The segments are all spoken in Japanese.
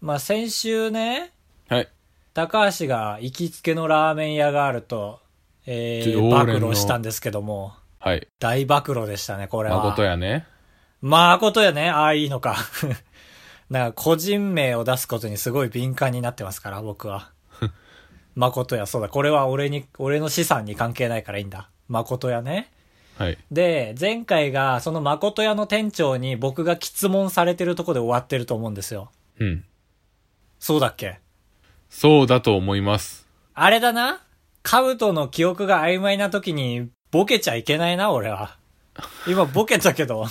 まあ先週ね、はい。高橋が行きつけのラーメン屋があると、えちょー、常暴連の露したんですけども、はい。大暴露でしたね、これは。誠。やね。誠やね。ああ、いいのか。 なんか個人名を出すことにすごい敏感になってますから、僕 は。誠や、そうだ。これは俺に、俺の資産に関係ないからいいんだ。誠やね。はい。で、前回がその誠屋の店長に僕が質問されてるとこで終わってると思うんですよ。うん。そうだっけそうだと思います。 あれだなカブトの記憶が曖昧な時にボケちゃいけないな、俺は。今ボケたけ ど、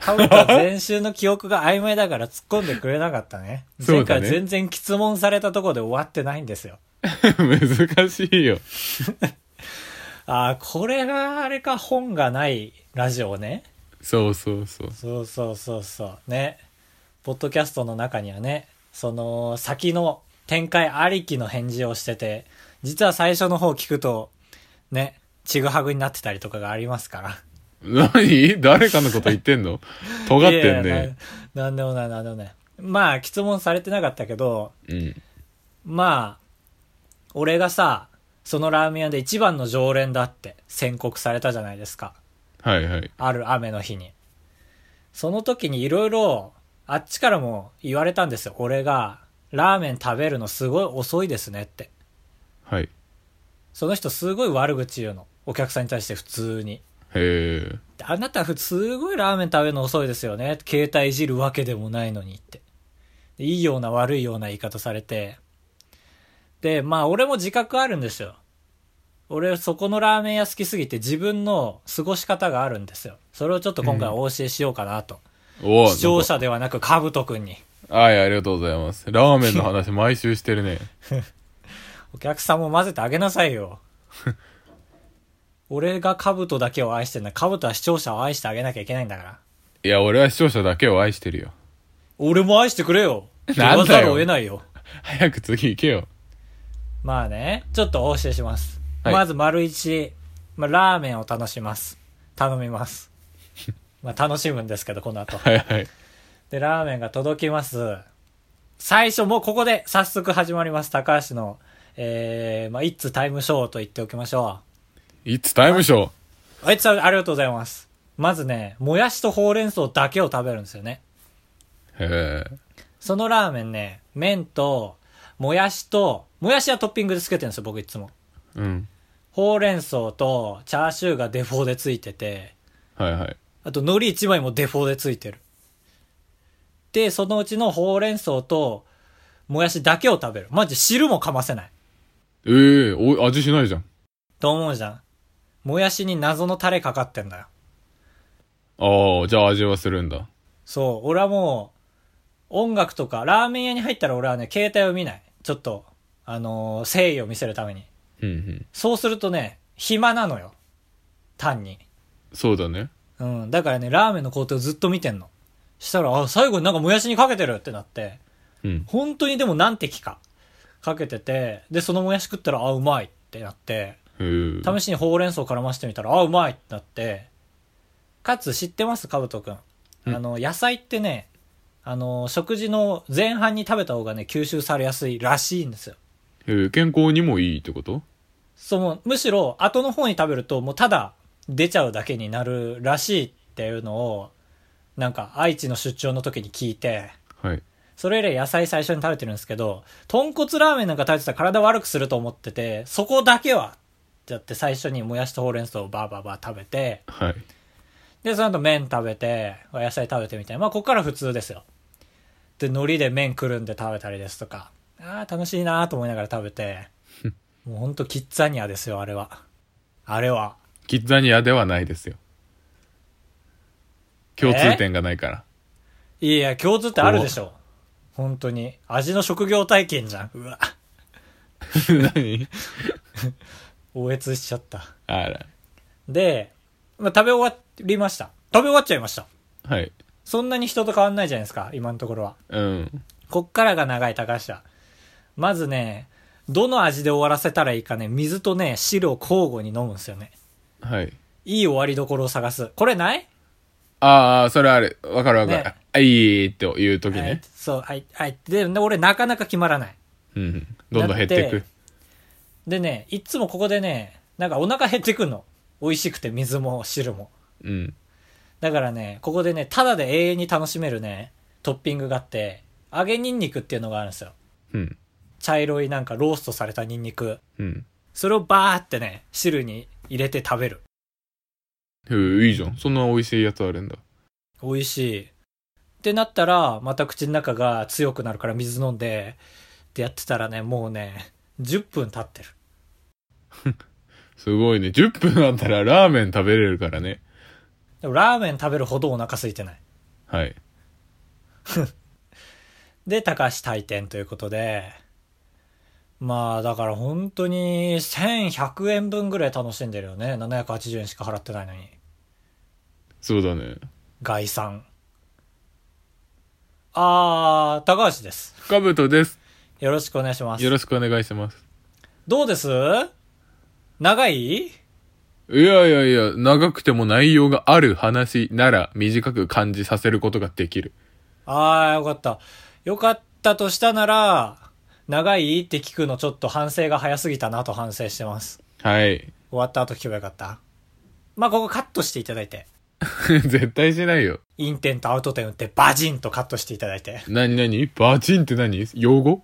カブトは前週の記憶が曖昧だから突っ込んでくれなかったね。そう前だ回ね全然質問されたとこで終わってないんですよ。難しいよ。ああ、これがあれか本がないラジオね。そうそうそう。そうそうそうそう。ね。ポッドキャストの中にはね、その先の展開ありきの返事をしてて、実は最初の方聞くと、ね、ちぐはぐになってたりとかがありますから。何誰かのこと言って んの尖ってんいやいやね。。ななんでもない、なんでもない。まあ、質問されてなかったけど、うん。まあ、俺がさ、そのラーメン屋で一番の常連だって宣告されたじゃないですか。はいはい。ある雨の日に。その時にいろいろ、あっちからも言われたんですよ。俺が、ラーメン食べるのすごい遅いですねって。はい。へその人すごい悪口言うの。お客さんに対して普通に。え。あなた普通すごいラーメン食べるの遅いですよね。携帯いじるわけでもないのにって。でいいような悪いような言い方されて。で、まあ俺も自覚あるんですよ。俺そこのラーメン屋好きすぎて自分の過ごし方があるんですよ。それをちょっと今回お教えしようかなと。おお。視聴者ではなくカブト君に。なんかはい、ありがとうございます。ラーメンの話毎週し てるね。お客さんも混ぜてあげなさい よ。俺がカブトだけを愛してるのはカブトは視聴者を愛してあげなきゃいけないんだから。いや、俺は視聴者だけを愛してるよ。俺も愛してくれよ。な言わんだよざるを得ないよ。早く次行けよ。まあね、ちょっとお教えします。はいまず、丸一、まあ、ラーメンを楽します。頼み ます。まあ、楽しむんですけど、この後。はいはい。で、ラーメンが届きます。最初、もうここで早速始まります。高橋の、えー、まあ、いつタイムショーと言っておきましょいつタイムショー。う。あいつはありがとうございます。まずね、もやしとほうれん草だけを食べるんですよね。へえ。そのラーメンね、麺と、もやしと、もやしはトッピングでつけてるんですよ、僕いつも。うん。ほうれん草とチャーシューがデフォーでついてて、はいはい。あと海苔1枚もデフォーでついてる。で、そのうちのほうれん草ともやしだけを食べる。マジ汁もかませない。ええ、お、味しないじゃん。と思うじゃん。もやしに謎のタレかかってんだよ。ああ、じゃあ味はするんだ。そう、俺はもう、音楽とか、ラーメン屋に入ったら俺はね、携帯を見ない。ちょっと、あのー誠意を見せるために。うんうん。そうするとね、暇なのよ。単に。そうだね。うん。だからね、ラーメンの工程をずっと見てんの。したら、あ、最後になんかもやしにかけてるってなって、うん。本当にでも何滴かかけてて、で、そのもやし食ったら、あ、うまいってなって、へえ。試しにほうれん草絡ましてみたら、あ、うまいってなって、かつ知ってますかぶとくん。うんあの、野菜ってね、あの、食事の前半に食べた方がね、吸収されやすいらしいんですよ。えー健康にもいいってことそのむしろ後の方に食べるともうただ出ちゃうだけになるらしいっていうのをなんか愛知の出張の時に聞いてはい。それ以来野菜最初に食べてるんですけど豚骨ラーメンなんか食べてたら体悪くすると思っててそこだけはってやって最初にもやしとほうれん草をバーバーバー食べてはい。でその後麺食べて野菜食べてみたいなまあここから普通ですよで海苔で麺くるんで食べたりですとかあー楽しいなーと思いながら食べてもうほんとキッザニアですよあれはあれはキッザニアではないですよ。共通点がないから。いや、共通ってあるでしょ。本当に。味の職業体験じゃん。うわ、 何応越しちゃった。あら。で、まあ、食べ終わりました。食べ終わっちゃいました。はい。そんなに人と変わんないじゃないですか、今のところは。うん。こっからが長い高橋は。まずね、どの味で終わらせたらいいかね、水とね、汁を交互に飲むんですよね。はい。いい終わりどころを探す。これないああ、それある。わかるわかる。ねあいいっていう時はいね。、そう、はい、はい。で、で俺なかなか決まらない。うん。どんどん減っていだっくて。でね、いっつもここでね、なんかお腹減ってくんの。美味しくて水も汁も。うん。だからね、ここでね、ただで永遠に楽しめるね、トッピングがあって、揚げニンニクっていうのがあるんですよ。うん。茶色いなんかローストされたニンニク。うん。それをバーってね、汁に入れて食べる。へえいいじゃん。そんな美味しいやつあるんだ。美味しい。ってなったら、また口の中が強くなるから水飲んで、ってやってたらね、もうね、10分経ってる。すごいね。10分あったらラーメン食べれるからね。でもラーメン食べるほどお腹空いてない。はい。で、高橋退店ということで、まあだから本当に1100円分ぐらい楽しんでるよね。780円しか払ってないのに。そうだね。概算。あー、高橋です。かぶとです。よろしくお願いしますよ。ろしくお願いします。どうです長いいやいやいや、長くても内容がある話なら短く感じさせることができる。あー、よかった。よかったとしたなら、長いって聞くのちょっと反省が早すぎたなと反省してます。はい。終わった後聞けばよかった。まあ、ここカットしていただいて。 絶対しないよ。インテンとアウト点打ってバジンとカットしていただいて。なになにバチンって何用語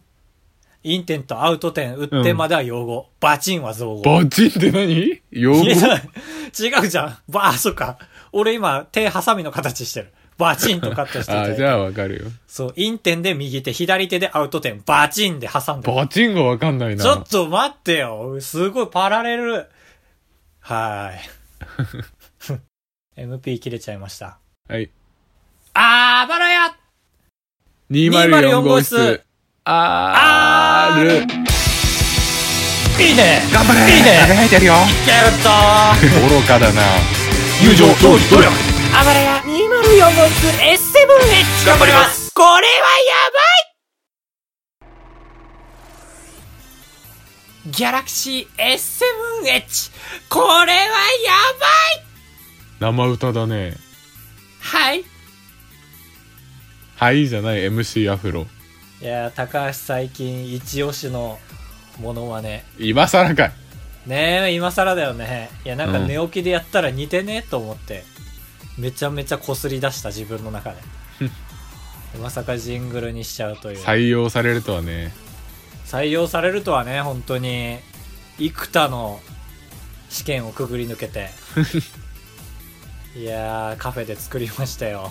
インテンとアウト点打ってまでは用語。バチンは造語。バチンって何用語 いや違うじゃん。ば、あ、そっか。俺今手ハサミの形してる。バチンとカットしていただ あ、いじて。ゃあわかるよ。そう、インテンで右手、左手でアウト点、バチンで挟んで。バチンがわかんないな。ちょっと待ってよ。すごいパラレル。はーい。MP 切れちゃいました。はい。あーばらや204 204号号室室。あーる。いいね頑張れいいね輝いてるよ。いけるぞ愚かだな。友情勝利努力あばらや204号室 S7H 頑張りますこれはやばいギャラクシー S7H これはやばい生歌だね。はいはいじゃない MC アフロ。いやー高橋最近一押しのものはね今更かい。ねえ今更だよねいやなんかうん寝起きでやったら似てねえと思って、めちゃめちゃこすり出した自分の 中でまさかジングルにしちゃうという採用されるとはね。採用されるとはね本当に幾多の試験をくぐり抜け ていやーカフェで作りましたよ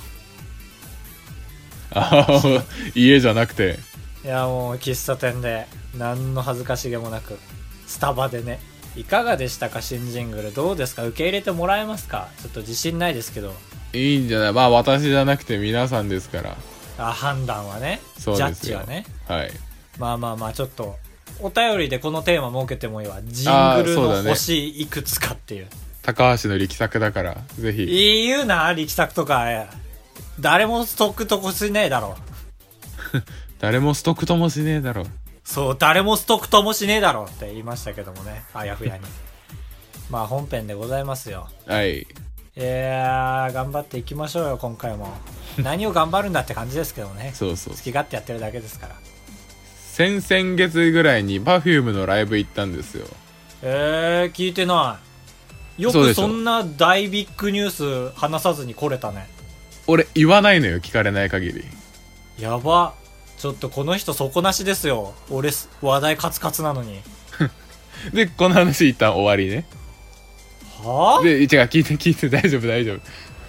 あー家じゃなくて。いやもう喫茶店で何の恥ずかしげもなくスタバでねいかがでしたか新ジングルどうですか受け入れてもらえますかちょっと自信ないですけどいいんじゃないまあ私じゃなくて皆さんですから。あ判断はねジそうですャよッジはねはい。まあまあまあちょっとお便りでこのテーマ設けてもいいわジングルそうだのね星いくつかっていう高橋の力作だから、ぜひ。いい言うな力作とか誰もストックとこしねえだろ誰もストックともしねえだろ。そう誰もストックともしねえだろって言いましたけどもねあやふやにまあ本編でございますよはい。いやー頑張っていきましょうよ今回 も何を頑張るんだって感じですけどねそうそう好。き勝手やってるだけですから先々月ぐらいに Perfume のライブ行ったんですよ。えー、聞いてないよそうくでしょそんな大ビッグニュース話さずに来れたね俺言わないのよ、聞かれない限り。やばちょっとこの人底なしですよ俺す話題カツカツなのにで、この話一旦終わりね。はあで、違う、聞いて聞いて、大丈夫大丈夫。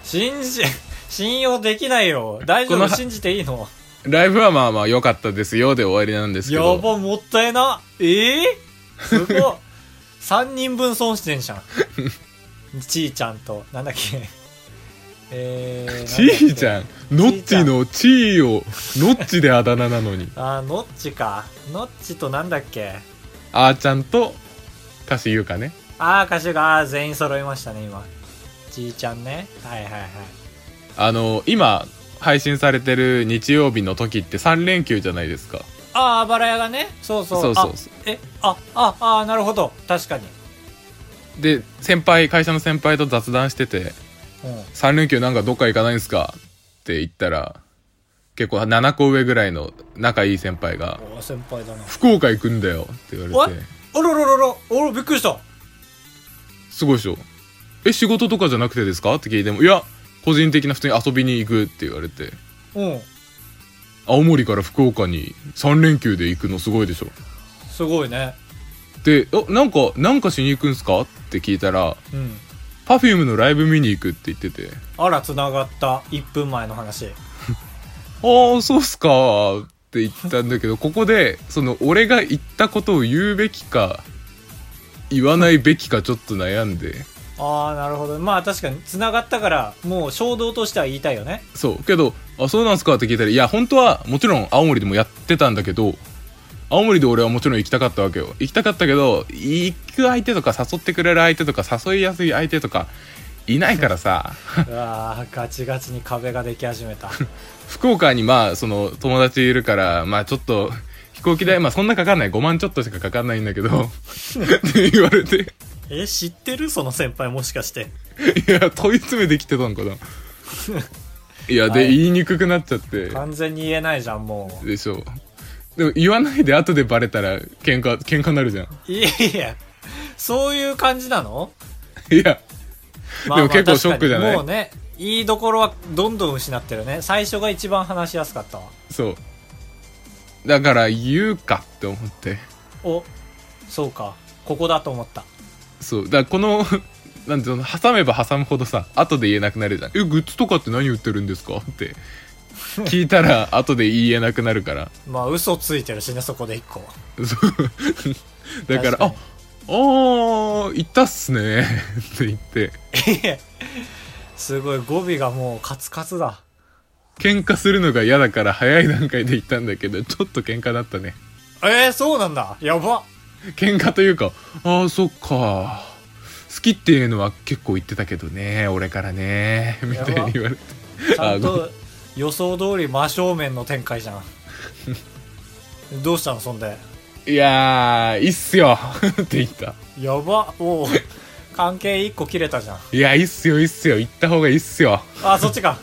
信じ信用できないよ大丈この夫は信じていいのライブはまあまあ良かったですよで終わりなんですけやど。ばもったいなええす ごい3人分損してんじゃんちーちゃんとなんだっけえー、ちーちゃんん、ノッチのちーを、ノッチであだ名なのに、あーノッチかノッチとなんだっけあーちゃんと、歌詞優香ね。ああ歌手があー全員揃いましたね今ちーちゃんねはいはいはいあの、今、配信されてる日曜日の時って3連休じゃないですか。ああばら屋がねそうそうそうそうそうあえあああなるほど確かにで、先輩、会社の先輩と雑談してて、うん。 3連休なんかどっか行かないんすかって言ったら、結構7個上ぐらいの仲いい先輩が、お先輩だな。福岡行くんだよって言わおいれて、あらららら、おら、びっくりした。すごいでしょえ、仕事とかじゃなくてですかって聞いても、いや、個人的な普通に遊びに行くって言われて、うん。青森から福岡に3連休で行くのすごいでしょすごいね。で、おなんか、なんかしに行くんすかって聞いたら、うん。 Perfume のライブ見に行くって言ってて、あら、繋がった。1分前の話。ああ、そうっすかーって言ったんだけど、ここで、その、俺が言ったことを言うべきか、言わないべきかちょっと悩んで、ああ、なるほど。まあ確かに、繋がったから、もう衝動としては言いたいよ ね。そう、けど、あ、そうなんすかって聞いたら、いや、本当は、もちろん青森でもやってたんだけど、青森で俺はもちろん行きたかったわけよ。行きたかったけど、行く相手とか誘ってくれる相手とか誘いやすい相手とか、いないからさ、うわあ、ガチガチに壁ができ始めた。福岡にまあその友達いるからまあちょっと飛行機代まあそんなかかんない5万ちょっとしかかかんないんだ けどって言われて え、知ってるその先輩もしかして。いや問い詰めてきてたんかないやで、はい言いにくくなっちゃって完全に言えないじゃん、もでしょでも言わないで後でバレたら喧嘩喧嘩になるじゃんう。いやいや、そういう感じなのいやまでも結構ショッ確クかにじゃないもうね、いいところはどんどん失ってるね。最初が一番話しやすかったわ。そうだから言うかって思ってお、そうか。ここだと思った。そうだからこの なんていうの挟めば挟むほどさ後で言えなくなるじゃん「えグッズとかって何売ってるんですか?」って聞いた ら後で言えなくなるからまあ嘘ついてるしね、そこで一個は。 そうだから「確かにああー行ったっすね」 って言ってすごい、語尾がもうカツカツだ。喧嘩するのが嫌だから早い段階で行ったんだけどちょっと喧嘩だったねえー、そうなんだ。やば。喧嘩というか「ああそっか好きっていうのは結構言ってたけどね俺からね」みたいに言われてちゃんあごと予想通り真正面の展開じゃん。どうしたの、そんで。 「いやーいいっすよ」 って言ったやば。おう関係一個切れたじゃん。いや、いいっすよ、いいっすよ、行った方がいいっすよ。 あ、そっちか。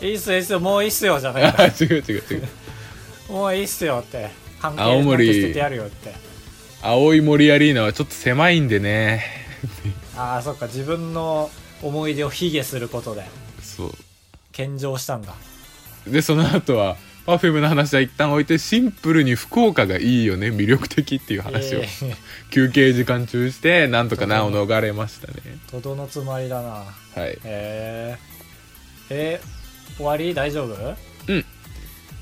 いいっすよ、いいっすよ、もういいっすよ、じゃないんだあ違う違う違う。もういいっすよって関係青なく森しててやるよって青い森アリーナはちょっと狭いんでね。ああそっか自分の思い出を卑下することでそ献上したんだう。で、その後は、パフュームの話は一旦置いて、シンプルに福岡がいいよね、魅力的っていう話をえ、え休憩時間中して、なんとかなお逃れましたね。 とどのつまりだなはい。えー、えー、終わり大丈夫うんい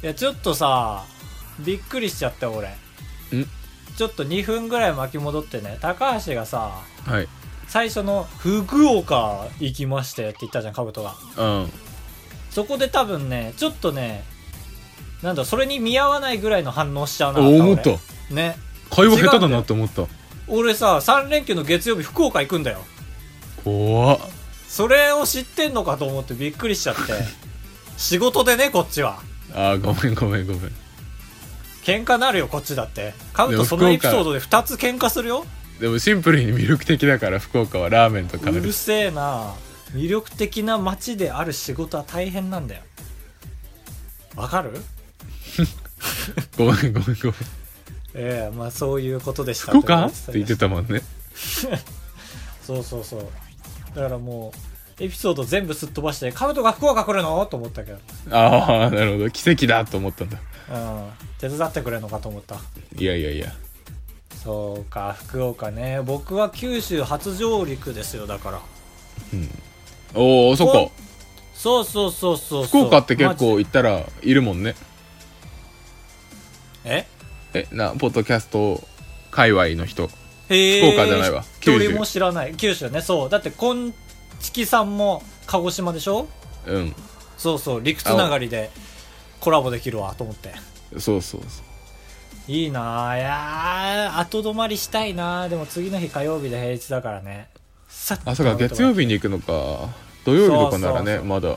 やちょっとさびっくりしちゃった俺ちょっと2分ぐらい巻き戻ってね高橋がさはい。最初の「福岡行きまして」って言ったじゃんカブトがうん。そこで多分ね、ちょっとね、なんだ、それに見合わないぐらいの反応しちゃうな。お思っ俺た。ね。会話下手だなって思った。俺さ、3連休の月曜日福岡行くんだよ。怖っ。それを知ってんのかと思ってびっくりしちゃ って。仕事でね、こっちは。あー、ごめんごめんごめん。喧嘩なるよ、こっちだって。カウンでもトそ福岡のエピソードで2つ喧嘩するよ。でもシンプルに魅力的だから、福岡はラーメンとうかるせえな魅力的な街である仕事は大変なんだよ。わかるごめんごめんごめん。ええまあそういうことでした。福岡って言ってたもんね。そうそうそうだからもうエピソード全部すっ飛ばして「カブトが福岡来るの?」と思ったけど、ああなるほど奇跡だと思ったんだうん、手伝ってくれるのかと思ったいやいやいやそうか福岡ね僕は九州初上陸ですよだからおおそっかおそうそうそうそう福そう岡って結マジ構行ったらいるもんねええなポッドキャスト界隈の人へ福岡じゃないわ九九州州も知らない九州ねそうだってこんちきさんも鹿児島でしょうんそうそう陸つながりでコラボできるわと思ってそうそうそういいなあいやあ後止まりしたいなあでも次の日火曜日で平日だからねさっあそうか月曜日日に行くのか土曜日とかならそうそうねそうまだ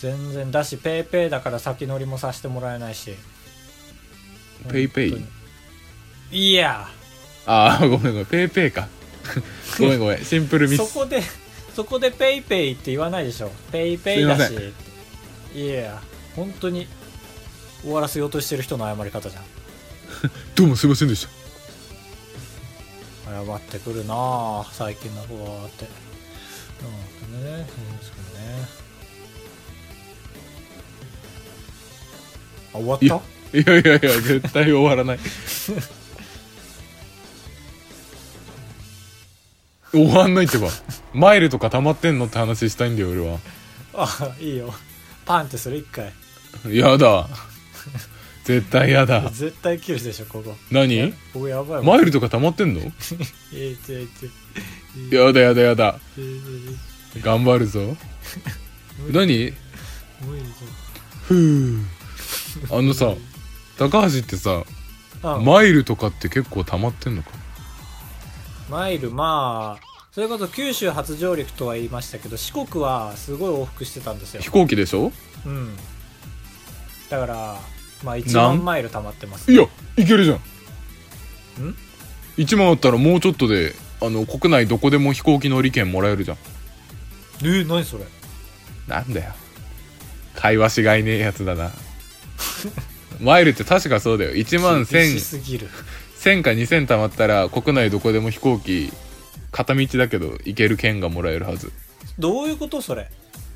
全然だしペイペイだから先乗りもさせてもらえないしペイペイ本当にいや ああごめんごめんペイペイかごめんごめんシンプルミそスこでそこでペイペイって言わないでしょペイペイだすしいまいや本当に終わらせようとしてる人の謝り方じゃんどうもすいませんでした謝ってくるなあ最近の子はってうんねですけどねあ終わっいたやいやいやいや絶対終わらない 終わんないってばマイルとか溜まってんのって話したいんだよ俺はあいいよパンってする一回やだ絶対やだ絶対切るでしょここ何ここやばいもんマイルとか溜まってんのえいちょいちょいやだやだやだえいちょいちょい頑張るぞ何無理でしふうあのさ高橋ってさょうんマイルとかって結構溜まってんのかマイルまあそれこそ九州初上陸とは言いましたけど四国はすごい往復してたんですよ飛行機でしょうんだからまあ1なん万マイル溜まってますいやいけるじゃんん1万あったらもうちょっとであの国内どこでも飛行機乗り券もらえるじゃんえー、何それなんだよ会話しがいねえやつだ なマイルって確かそうだよ1万厳し1000すぎる1000か2000貯まったら国内どこでも飛行機片道だけど行ける券がもらえるはずどういうことそれ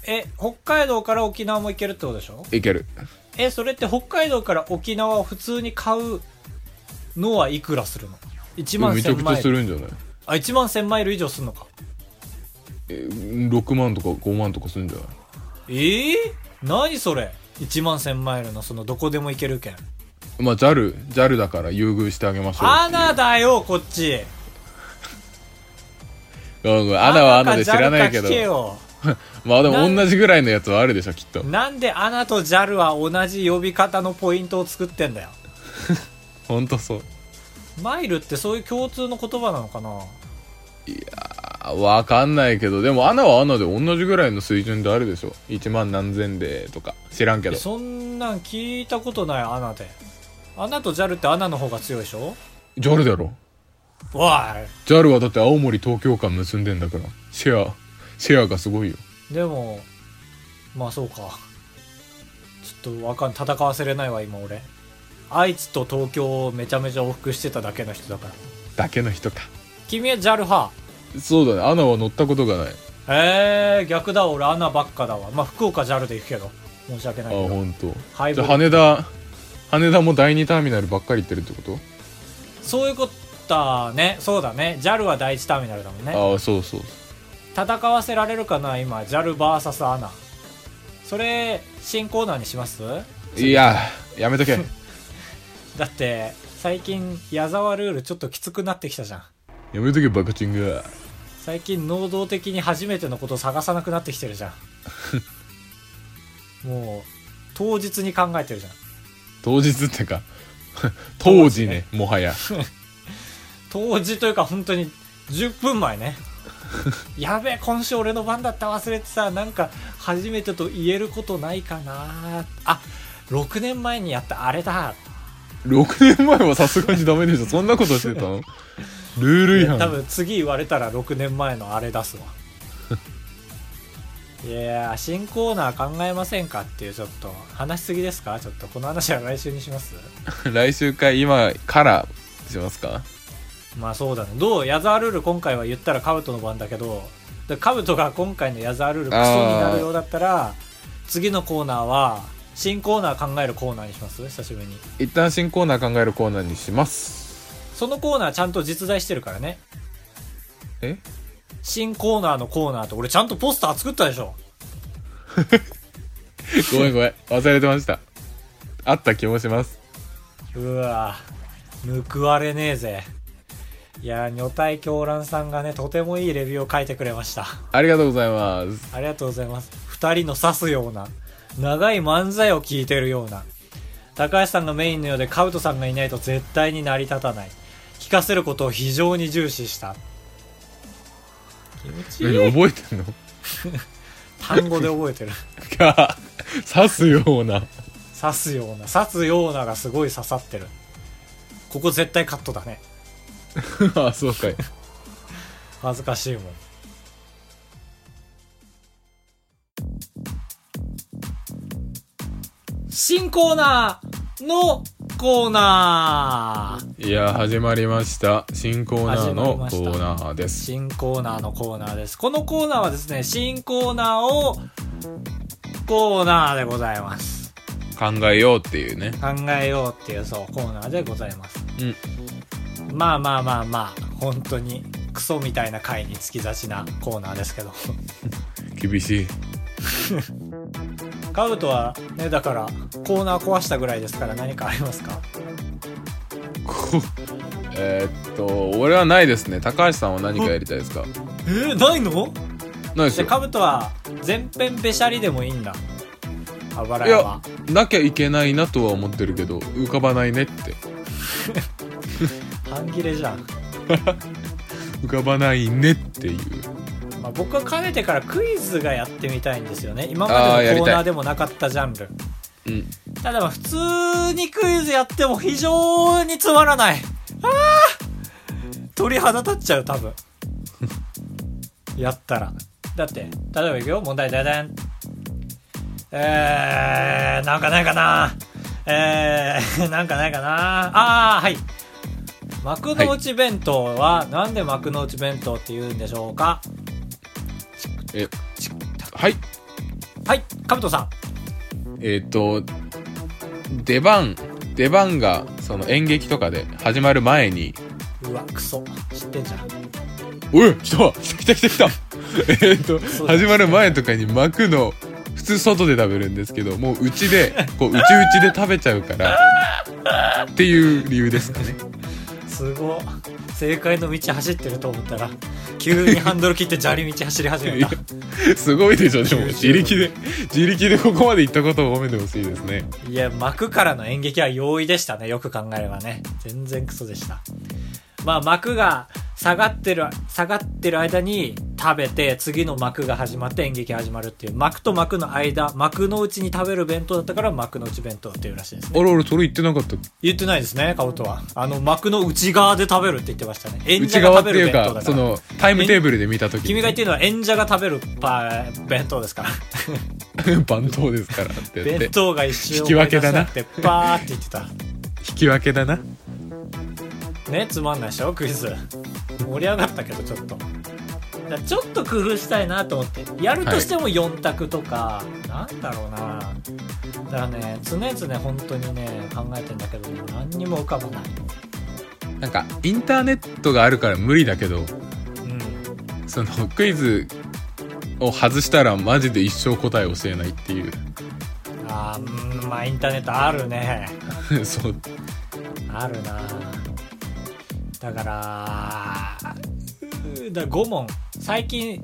え北海道から沖縄も行けるってことでしょ行けるえそれって北海道から沖縄を普通に買うのはいくらするの1万めちゃ1000くちマゃイすルるんじゃないあ1万1000マイル以上すんのかえ6万とか5万とかするんじゃないええ何それ1万1000マイルのそのどこでも行ける券まあ JAL JAL だから優遇してあげましょうっていうアナだよこっちうんうんアナはアナで知からないけ JAL かど聞よまあでも同じぐらいのやつはあるでしょきっとなんでアナと JAL は同じ呼び方のポイントを作ってんだよほんとそうマイルってそういう共通の言葉なのかなあわかんないけどでもアナはアナで同じぐらいの水準であるでしょ1万何千でとか知らんけどそんなん聞いたことないアナでアナと JAL ってアナの方が強いでしょ JAL だろおい JAL はだって青森東京間結んでんだからシェアシェアがすごいよでもまあそうかちょっとわかん戦わせれないわ今俺愛知と東京をめちゃめちゃ往復してただけの人だからだけの人か君は JAL 派そうだねアナは乗ったことがないえー、逆だ俺アナばっかだわまあ福岡 JAL で行くけど申し訳あないけどほんとハイじボゃあール羽田羽田も第2ターミナルばっかり行ってるってことそういうことだねそうだね JAL は第一ターミナルだもんねああそうそう戦わせられるかな今 JALVS アナそれ新コーナーにしますいややめとけだって最近矢沢ルールちょっときつくなってきたじゃんやめとけバカチンが最近能動的に初めてのことを探さなくなってきてるじゃ んもう当日に考えてるじゃん当日ってか 当時ねもはや当時というか本当に10分前ね やべえ今週俺の番だった忘れてさなんか初めてと言えることないかなあ6年前にやったあれだ6年前はさすがにダメでしょそんなことしてたのルール違多反分次言われたら6年前のあれ出すわいやー新コーナー考えませんかっていうちょっと話しすぎですかちょっとこの話は来週にします来週か今からしますかまあそうだねどうヤザールール今回は言ったらカブトの番だけどだカブトが今回のヤザールールクソになるようだったら次のコーナーは新コーナー考えるコーナーにします久しぶりに一旦新コーナー考えるコーナーにしますそのコーナーちゃんと実在してるからねえ新コーナーのコーナーと俺ちゃんとポスター作ったでしょごめんごめん忘れてましたあった気もしますうわぁ報われねえぜいやー女体狂乱さんがねとてもいいレビューを書いてくれましたありがとうございますありがとうございます二人の刺すような長い漫才を聞いてるような高橋さんがメインのようでカウトさんがいないと絶対に成り立たない聞かせることを非常に重視した気持ちい何い覚えてんの 単語で覚えてるが刺すような 刺すような刺すようながすごい刺さってるここ絶対カットだねあそうかい恥ずかしいもん新コーナーのコーナーいやー始まりました新コーナーのコーナーです新コーナーのコーナーです。このコーナーはですね、新コーナーを、コーナーでございます。考えようっていうね考えようっていう、そう、コーナーでございます。うんまあまあまあまあ、本当に、クソみたいな回に突き刺しなコーナーですけど。厳しいカブトはね、だから、コーナー壊したぐらいですから何かありますかこ えーっと俺はないですね高橋さんは何かやりたいですかえー、ないのないですじゃあよカブトは、全編べしゃりでもいいんだ。あばらいややは。なきゃいけないなとは思ってるけど浮かばないねって半切れじゃん。浮かばないねっていうまあ、僕はかねてからクイズがやってみたいんですよね今あまーでのやりたいコーナーでもなかったジャンルうんただまあ普通にクイズやっても非常につまらないあー鳥肌立っちゃう多分 やったらだって例えばいくよ問題だだんえー、なんかないかなえー、 なんかないかなあーはい幕の内弁当はなんで幕の内弁当って言うんでしょうか、えはいはい、カブトさん。えーっと出番出番がその演劇とかで始まる前にうわ、クソ。知ってんじゃん。おい来た来た来た来た えーっとそうだ始まる前とかに巻くの普通外で食べるんですけどもううちでこううちうちで食べちゃうからっていう理由ですかねすごい。正解の道走ってると思ったら、急にハンドル切って砂利道走り始めた。すごいでしょでも自力で自力でここまで行ったことを褒めてほしいですねいや、幕からの演劇は容易でしたね。よく考えればね。全然クソでした。まあ、幕が下がってる、下がってる間に食べて、次の幕が始まって演劇始まるっていう、幕と幕の間、幕の内に食べる弁当だったから、幕の内弁当っていうらしいですねあ。ら俺それ言ってなかった言ってないですね、カブトは。あの、幕の内側で食べるって言ってましたね。演内者が側っ食てべるい弁う当だから。かそのタイムテーブルで見た時君が言ってるのは演者が食べるパ弁当ですから 番頭ですからって言って弁当が一瞬引き分けだな思い出せくてパーって言ってた引き分けだなねつまんないでしょクイズ盛り上がったけどちょっとだちょっと工夫したいなと思ってやるとしても4択とか、なんだろうなだからね常々本当にね考えてんだけどね何にも浮かばないなんかインターネットがあるから無理だけうどんそのクイズを外したらマジで一生答え教えないっていうあーうんまあインターネットあるねそう あるなだからうーだ5問最近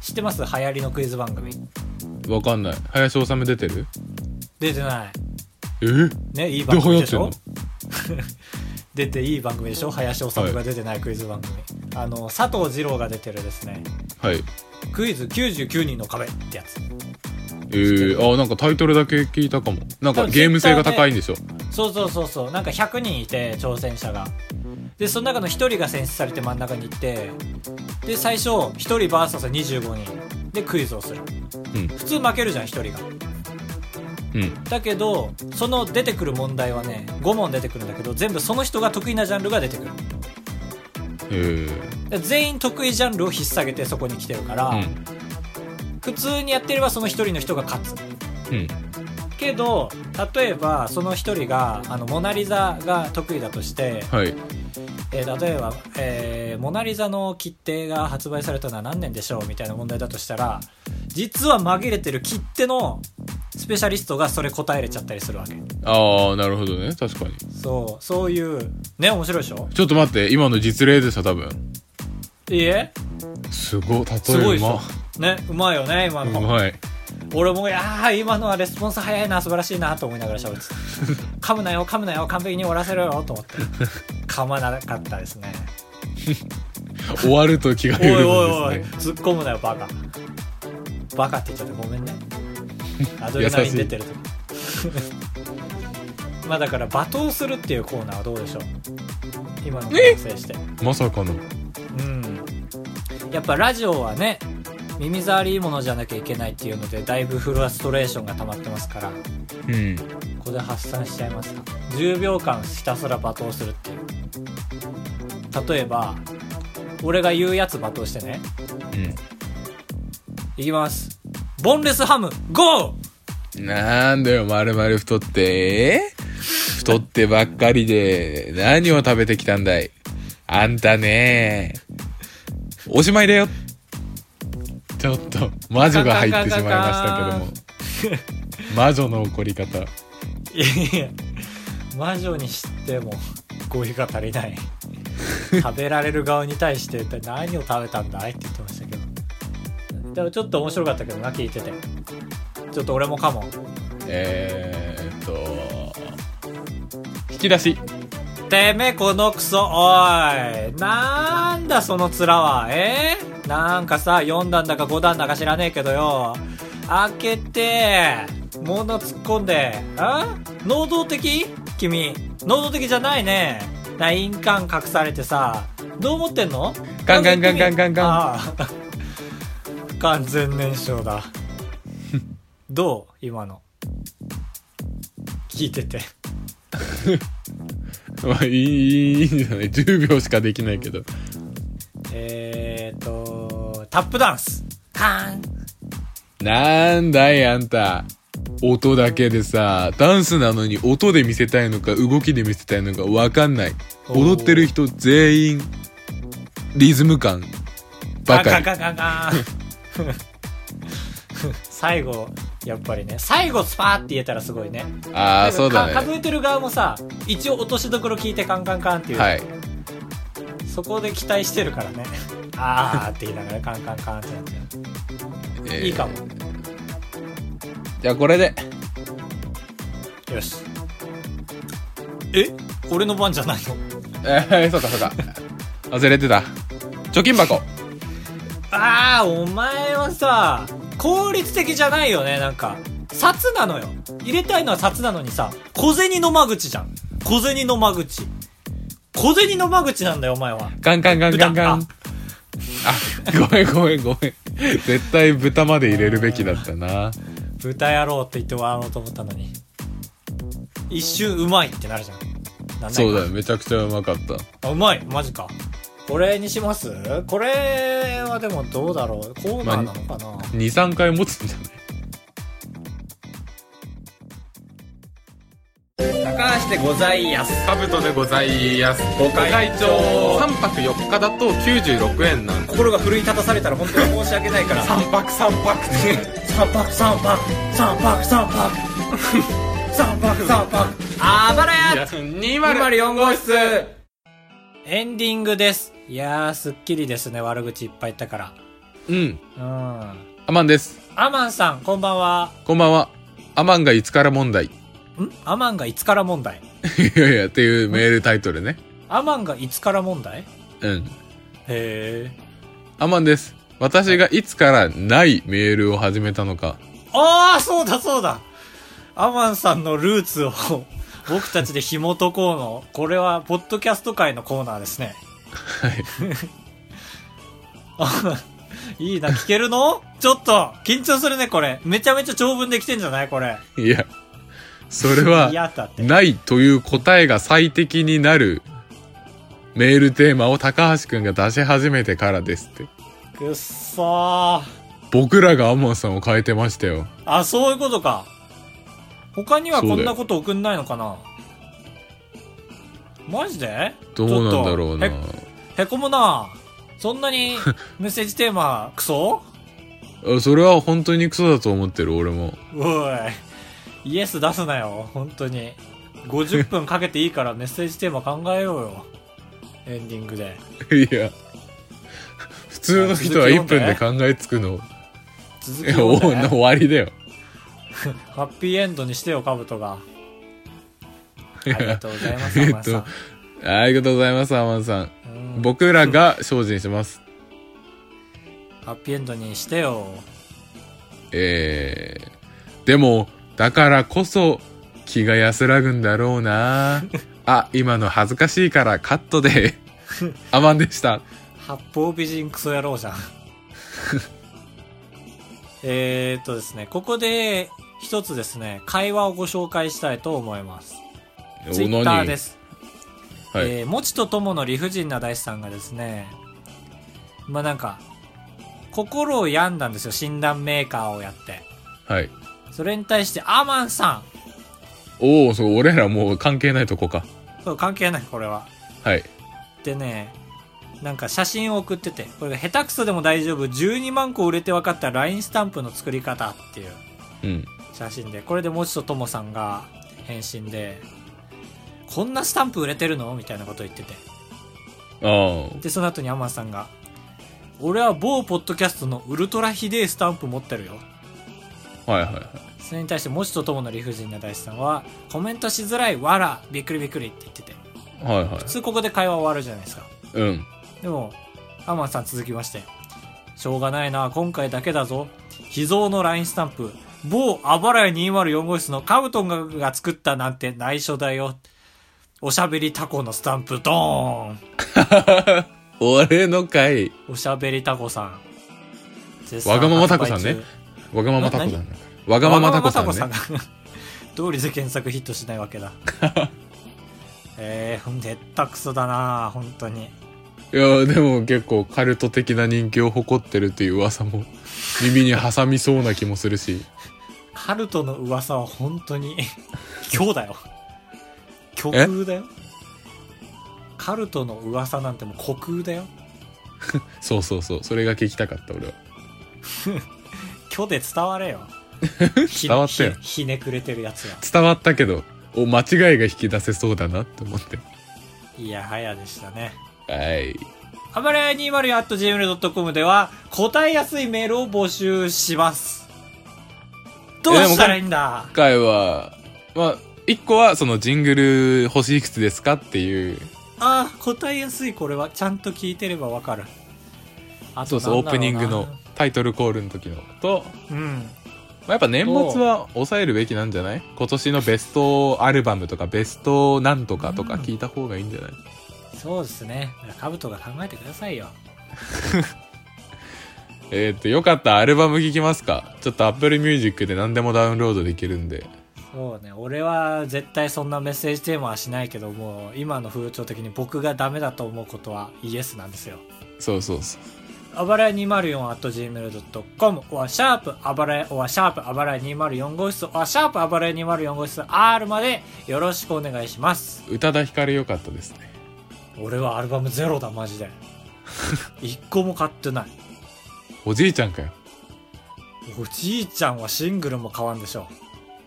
知ってます流行りのクイズ番組わかんない林修出てる出てないえねいい番どう組やでっしてんょの 出ていい番組でしょ林修が出てないクイズ番組、あの佐藤二郎が出てるですねはい「クイズ99人の壁」ってやつえー、あなんかタイトルだけ聞いたかもなんかゲーム性が高いんでしょそうそうそうそうなんか100人いて挑戦者がでその中の1人が選出されて真ん中に行ってで最初1人 VS25 人でクイズをするうん普通負けるじゃん1人がうんだけどその出てくる問題はね5問出てくるんだけど全部その人が得意なジャンルが出てくるえで全員得意ジャンルを引っ提げてそこに来てるから、ー、普通にやってればその1人の人が勝つうんうんけど例えばその1人があのモナ・リザが得意だとしてはいえー例えば、えーモナ・リザの切手が発売されたのは何年でしょう?」みたいな問題だとしたら実は紛れてる切手のスペシャリストがそれ答えれちゃったりするわけああなるほどね確かにそうそういうね面白いでしょちょっと待って今の実例でした多分いいえすごい例えすごいでしょまねうまいよね今うのまい俺もいやー今のはレスポンス早いな素晴らしいなと思いながら喋ってた噛むなよ噛むなよ完璧に終わらせろよと思って噛まなかったですね終わると気がおい緩むおいおいんですね突っ込むなよバカバカって言っちゃってごめん ねアドレナリン出てると まあだから罵倒するっていうコーナーはどうでしょう今の完成してまさかのうんやっぱラジオはね耳障りいいものじゃなきゃいけないっていうのでだいぶフラストレーションが溜まってますからこうんこで発散しちゃいますか10秒間ひたすら罵倒するっていう例えば俺が言うやつ罵倒してねいきますボンレスハム GO! うんなんだよまるまる太って太ってばっかりで何を食べてきたんだいあんたねおしまいだよちょっと魔女が入ってしまいましたけども魔女の怒り方いやいや魔女にしても語彙が足りない食べられる側に対して一体何を食べたんだいって言ってましたけどでもちょっと面白かったけどな聞いててちょっと俺もかもえー、っと引き出して めえこのクソおいなんだその面はえー、なんかさ4段だか5段だか知らねえけどよ開けて物突っ込んであ能動的君能動的じゃないねな印鑑隠されてさどう思ってんのガンガンガンガンガンガンああ完全燃焼 だどう今の聞いててまあいいいいんじゃない10秒しかできないけどえーと、タップダンスカーンなんだいあんた音だけでさダンスなのに音で見せたいのか動きで見せたいのかわかんないおー踊ってる人全員リズム感ばかりガンガンガンガン 最後、やっぱりね、最後スパーって言えたらすごいね。ああそうだか数ねえてる側もさ、一応落としどころ聞いてカンカンカンっていう。はいそこで期待してるから ね。あーって言いながらカンカンカンってなっちゃう。えーいいかも。じゃあこれで よし。え俺の番じゃないのえー、そうかそうか忘れてた貯金箱ああ、お前はさ、効率的じゃないよね、なんか。札なのよ。入れたいのは札なのにさ、小銭の間口じゃん。小銭の間口。小銭の間口なんだよ、お前は。ガンガンガンガンガン豚あごめんごめんごめん絶対豚まで入れるべきだったな豚野郎って言って笑おうと思ったのに。一瞬うまいってなるじゃん。なんそうだよよめちゃくちゃうまかった。あうまい、マジか。これにしますこれはでもどうだろう。コーナーなのかな、 23回持つんじゃない高橋でございやす。カブトでございますご会長3泊4日だと96円なんで心が奮い立たされたら本当に申し訳ないから。 3泊3泊で三泊三泊三泊三泊 三泊三泊あばらや204号室エンディングですいやーすっきりですね悪口いっぱい言ったからうんうんアマンですアマンさんこんばんはこんばんはアマンがいつから問題いんアマンがいつから問題やいやっていうメールタイトルねアマンがいつから問題うんへえアマンです私がいつからないメールを始めたのかああそうだそうだアマンさんのルーツを 僕たちで紐解こうのこれはポッドキャスト界のコーナーですねはいあ いいな、聞けるのちょっと、緊張するね、これ。めちゃめちゃ長文できてんじゃないこれ。いやそれはいやだって。ないという答えが最適になるメールテーマを高橋くんが出し始めてからですって。くっそー。僕らがアマンさんを変えてましたよ。あ、そういうことか。他にはそうだこよんなこと送んないのかなマジでどうなんだろうな。ちょっへこむな。そんな に、メッセージテーマ、クソあそれは本当にクソだと思ってる俺も。 おい。イエス出すなよ、本当に。50分かけていいからメッセージテーマ考えようよ。エンディングで。いや。普通の人はあ1続き分読んでで考えつくの。続いきやを おね、終わりだよ。ハッピーエンドにしてよ、カブト が。ありがとうございます、えっアとマンさん。ありがとうございます、アマンさん。うん僕らが精進します。ハッピーエンドにしてよ。えー、でも、だからこそ気が安らぐんだろ うな。あ、今の恥ずかしいからカットで。 アマンでした。八方美人クソ野郎じゃん。 えー、っとですね、ここで一つですね、会話をご紹介したいと思います。おツイッター何です。はいえー、もちとともの理不尽な大師さんがですね、まあなんか、心を病んだんですよ、診断メーカーをやって。はいそれに対して、アマンさおおそう俺らもう関係ないとこかんそう、関係ない、これは。はいでね、なんか写真を送ってて、これが下手くそでも大丈夫、12万個売れて分かった LINE スタンプの作り方っていううん写真で、これでもちとともさんが返信で、こんなスタンプ売れてるのみたいなこと言ってて。あで、その後にアマンさんが、俺は某ポッドキャストのウルトラひでえスタンプ持ってるよ。あはいはいはいそれに対して、もちとともの理不尽な大師さんは、コメントしづらい、わら、びっくりびっくりって言ってて。はいはい普通ここで会話終わるじゃないですか。うんでも、アマンさん続きまして。しょうがないな、今回だけだぞ。秘蔵の LINE スタンプ。某あばらや204号室のカブトンがが作ったなんて内緒だよ。おしゃべりタコのスタンプ、ドーン俺の回おしゃべりタコさん。絶賛わがままタコさんねわがままタコさんだわがままタコさんねわがままタコさんがどうりで検索ヒットしないわけ だえー、ほんでったくそだな本当にいやでも結構カルト的な人気を誇ってるっていう噂も耳に挟みそうな気もするしカルトの噂は本当 に今日だよ虚空だよカルトの噂なんてもう虚空だよそうそうそうそれが聞きたかった俺は虚で伝われ よひ伝わったよひひねくれてるやつは伝わったけどお間違いが引き出せそうだなって思っていやはやでしたねはいあばれ 204.gmail.com では答えやすいメールを募集します。どうしたらいいんだ今回はまあ一個はそのジングル星いくつですかっていうああ、答えやすいこれは。ちゃんと聞いてればわかる。あそうとそうオープニングなんのだろタイトルコールの時のと、うな。うん。まあ、やっぱ年末は抑えるべきなんじゃない今年のベストアルバムとかベストなんとかとか聞いた方がいいんじゃない、そうですね。カブトが考えてくださいよ。えーっとよかったらアルバム聞きますかちょっと Apple Music で何でもダウンロードできるんでそうね。俺は絶対そんなメッセージテーマはしないけども、今の風潮的に僕がダメだと思うことはイエスなんですよ。そうそうそうあばらや 204.gmail.com おはシャープあばらやおはシャープあばらや204号室おはシャープあばらや204号室 R までよろしくお願いします宇多田ヒカル良かったですね俺はアルバムゼロだマジで一個も買ってないおじいちゃんかよおじいちゃんはシングルも買わんでしょ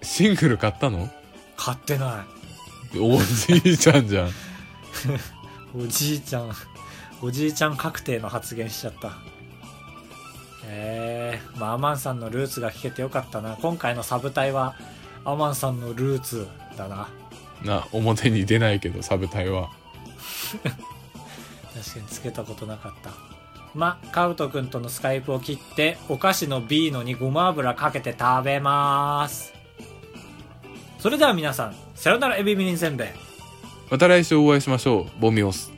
シングル買ったの買ってなおじいちゃんじゃんいおじいちゃん おじいちゃん確定の発言しちゃったえー、まあアマンさんのルーツが聞けてよかったな今回のサブ隊はアマンさんのルーツだなな表に出ないけどサブタイは確かにつけたことなかったまカウト君とのスカイプを切ってお菓子の B のにごま油かけて食べますそれでは皆さんさよならエビみりんせんべいまた来週お会いしましょうボミオス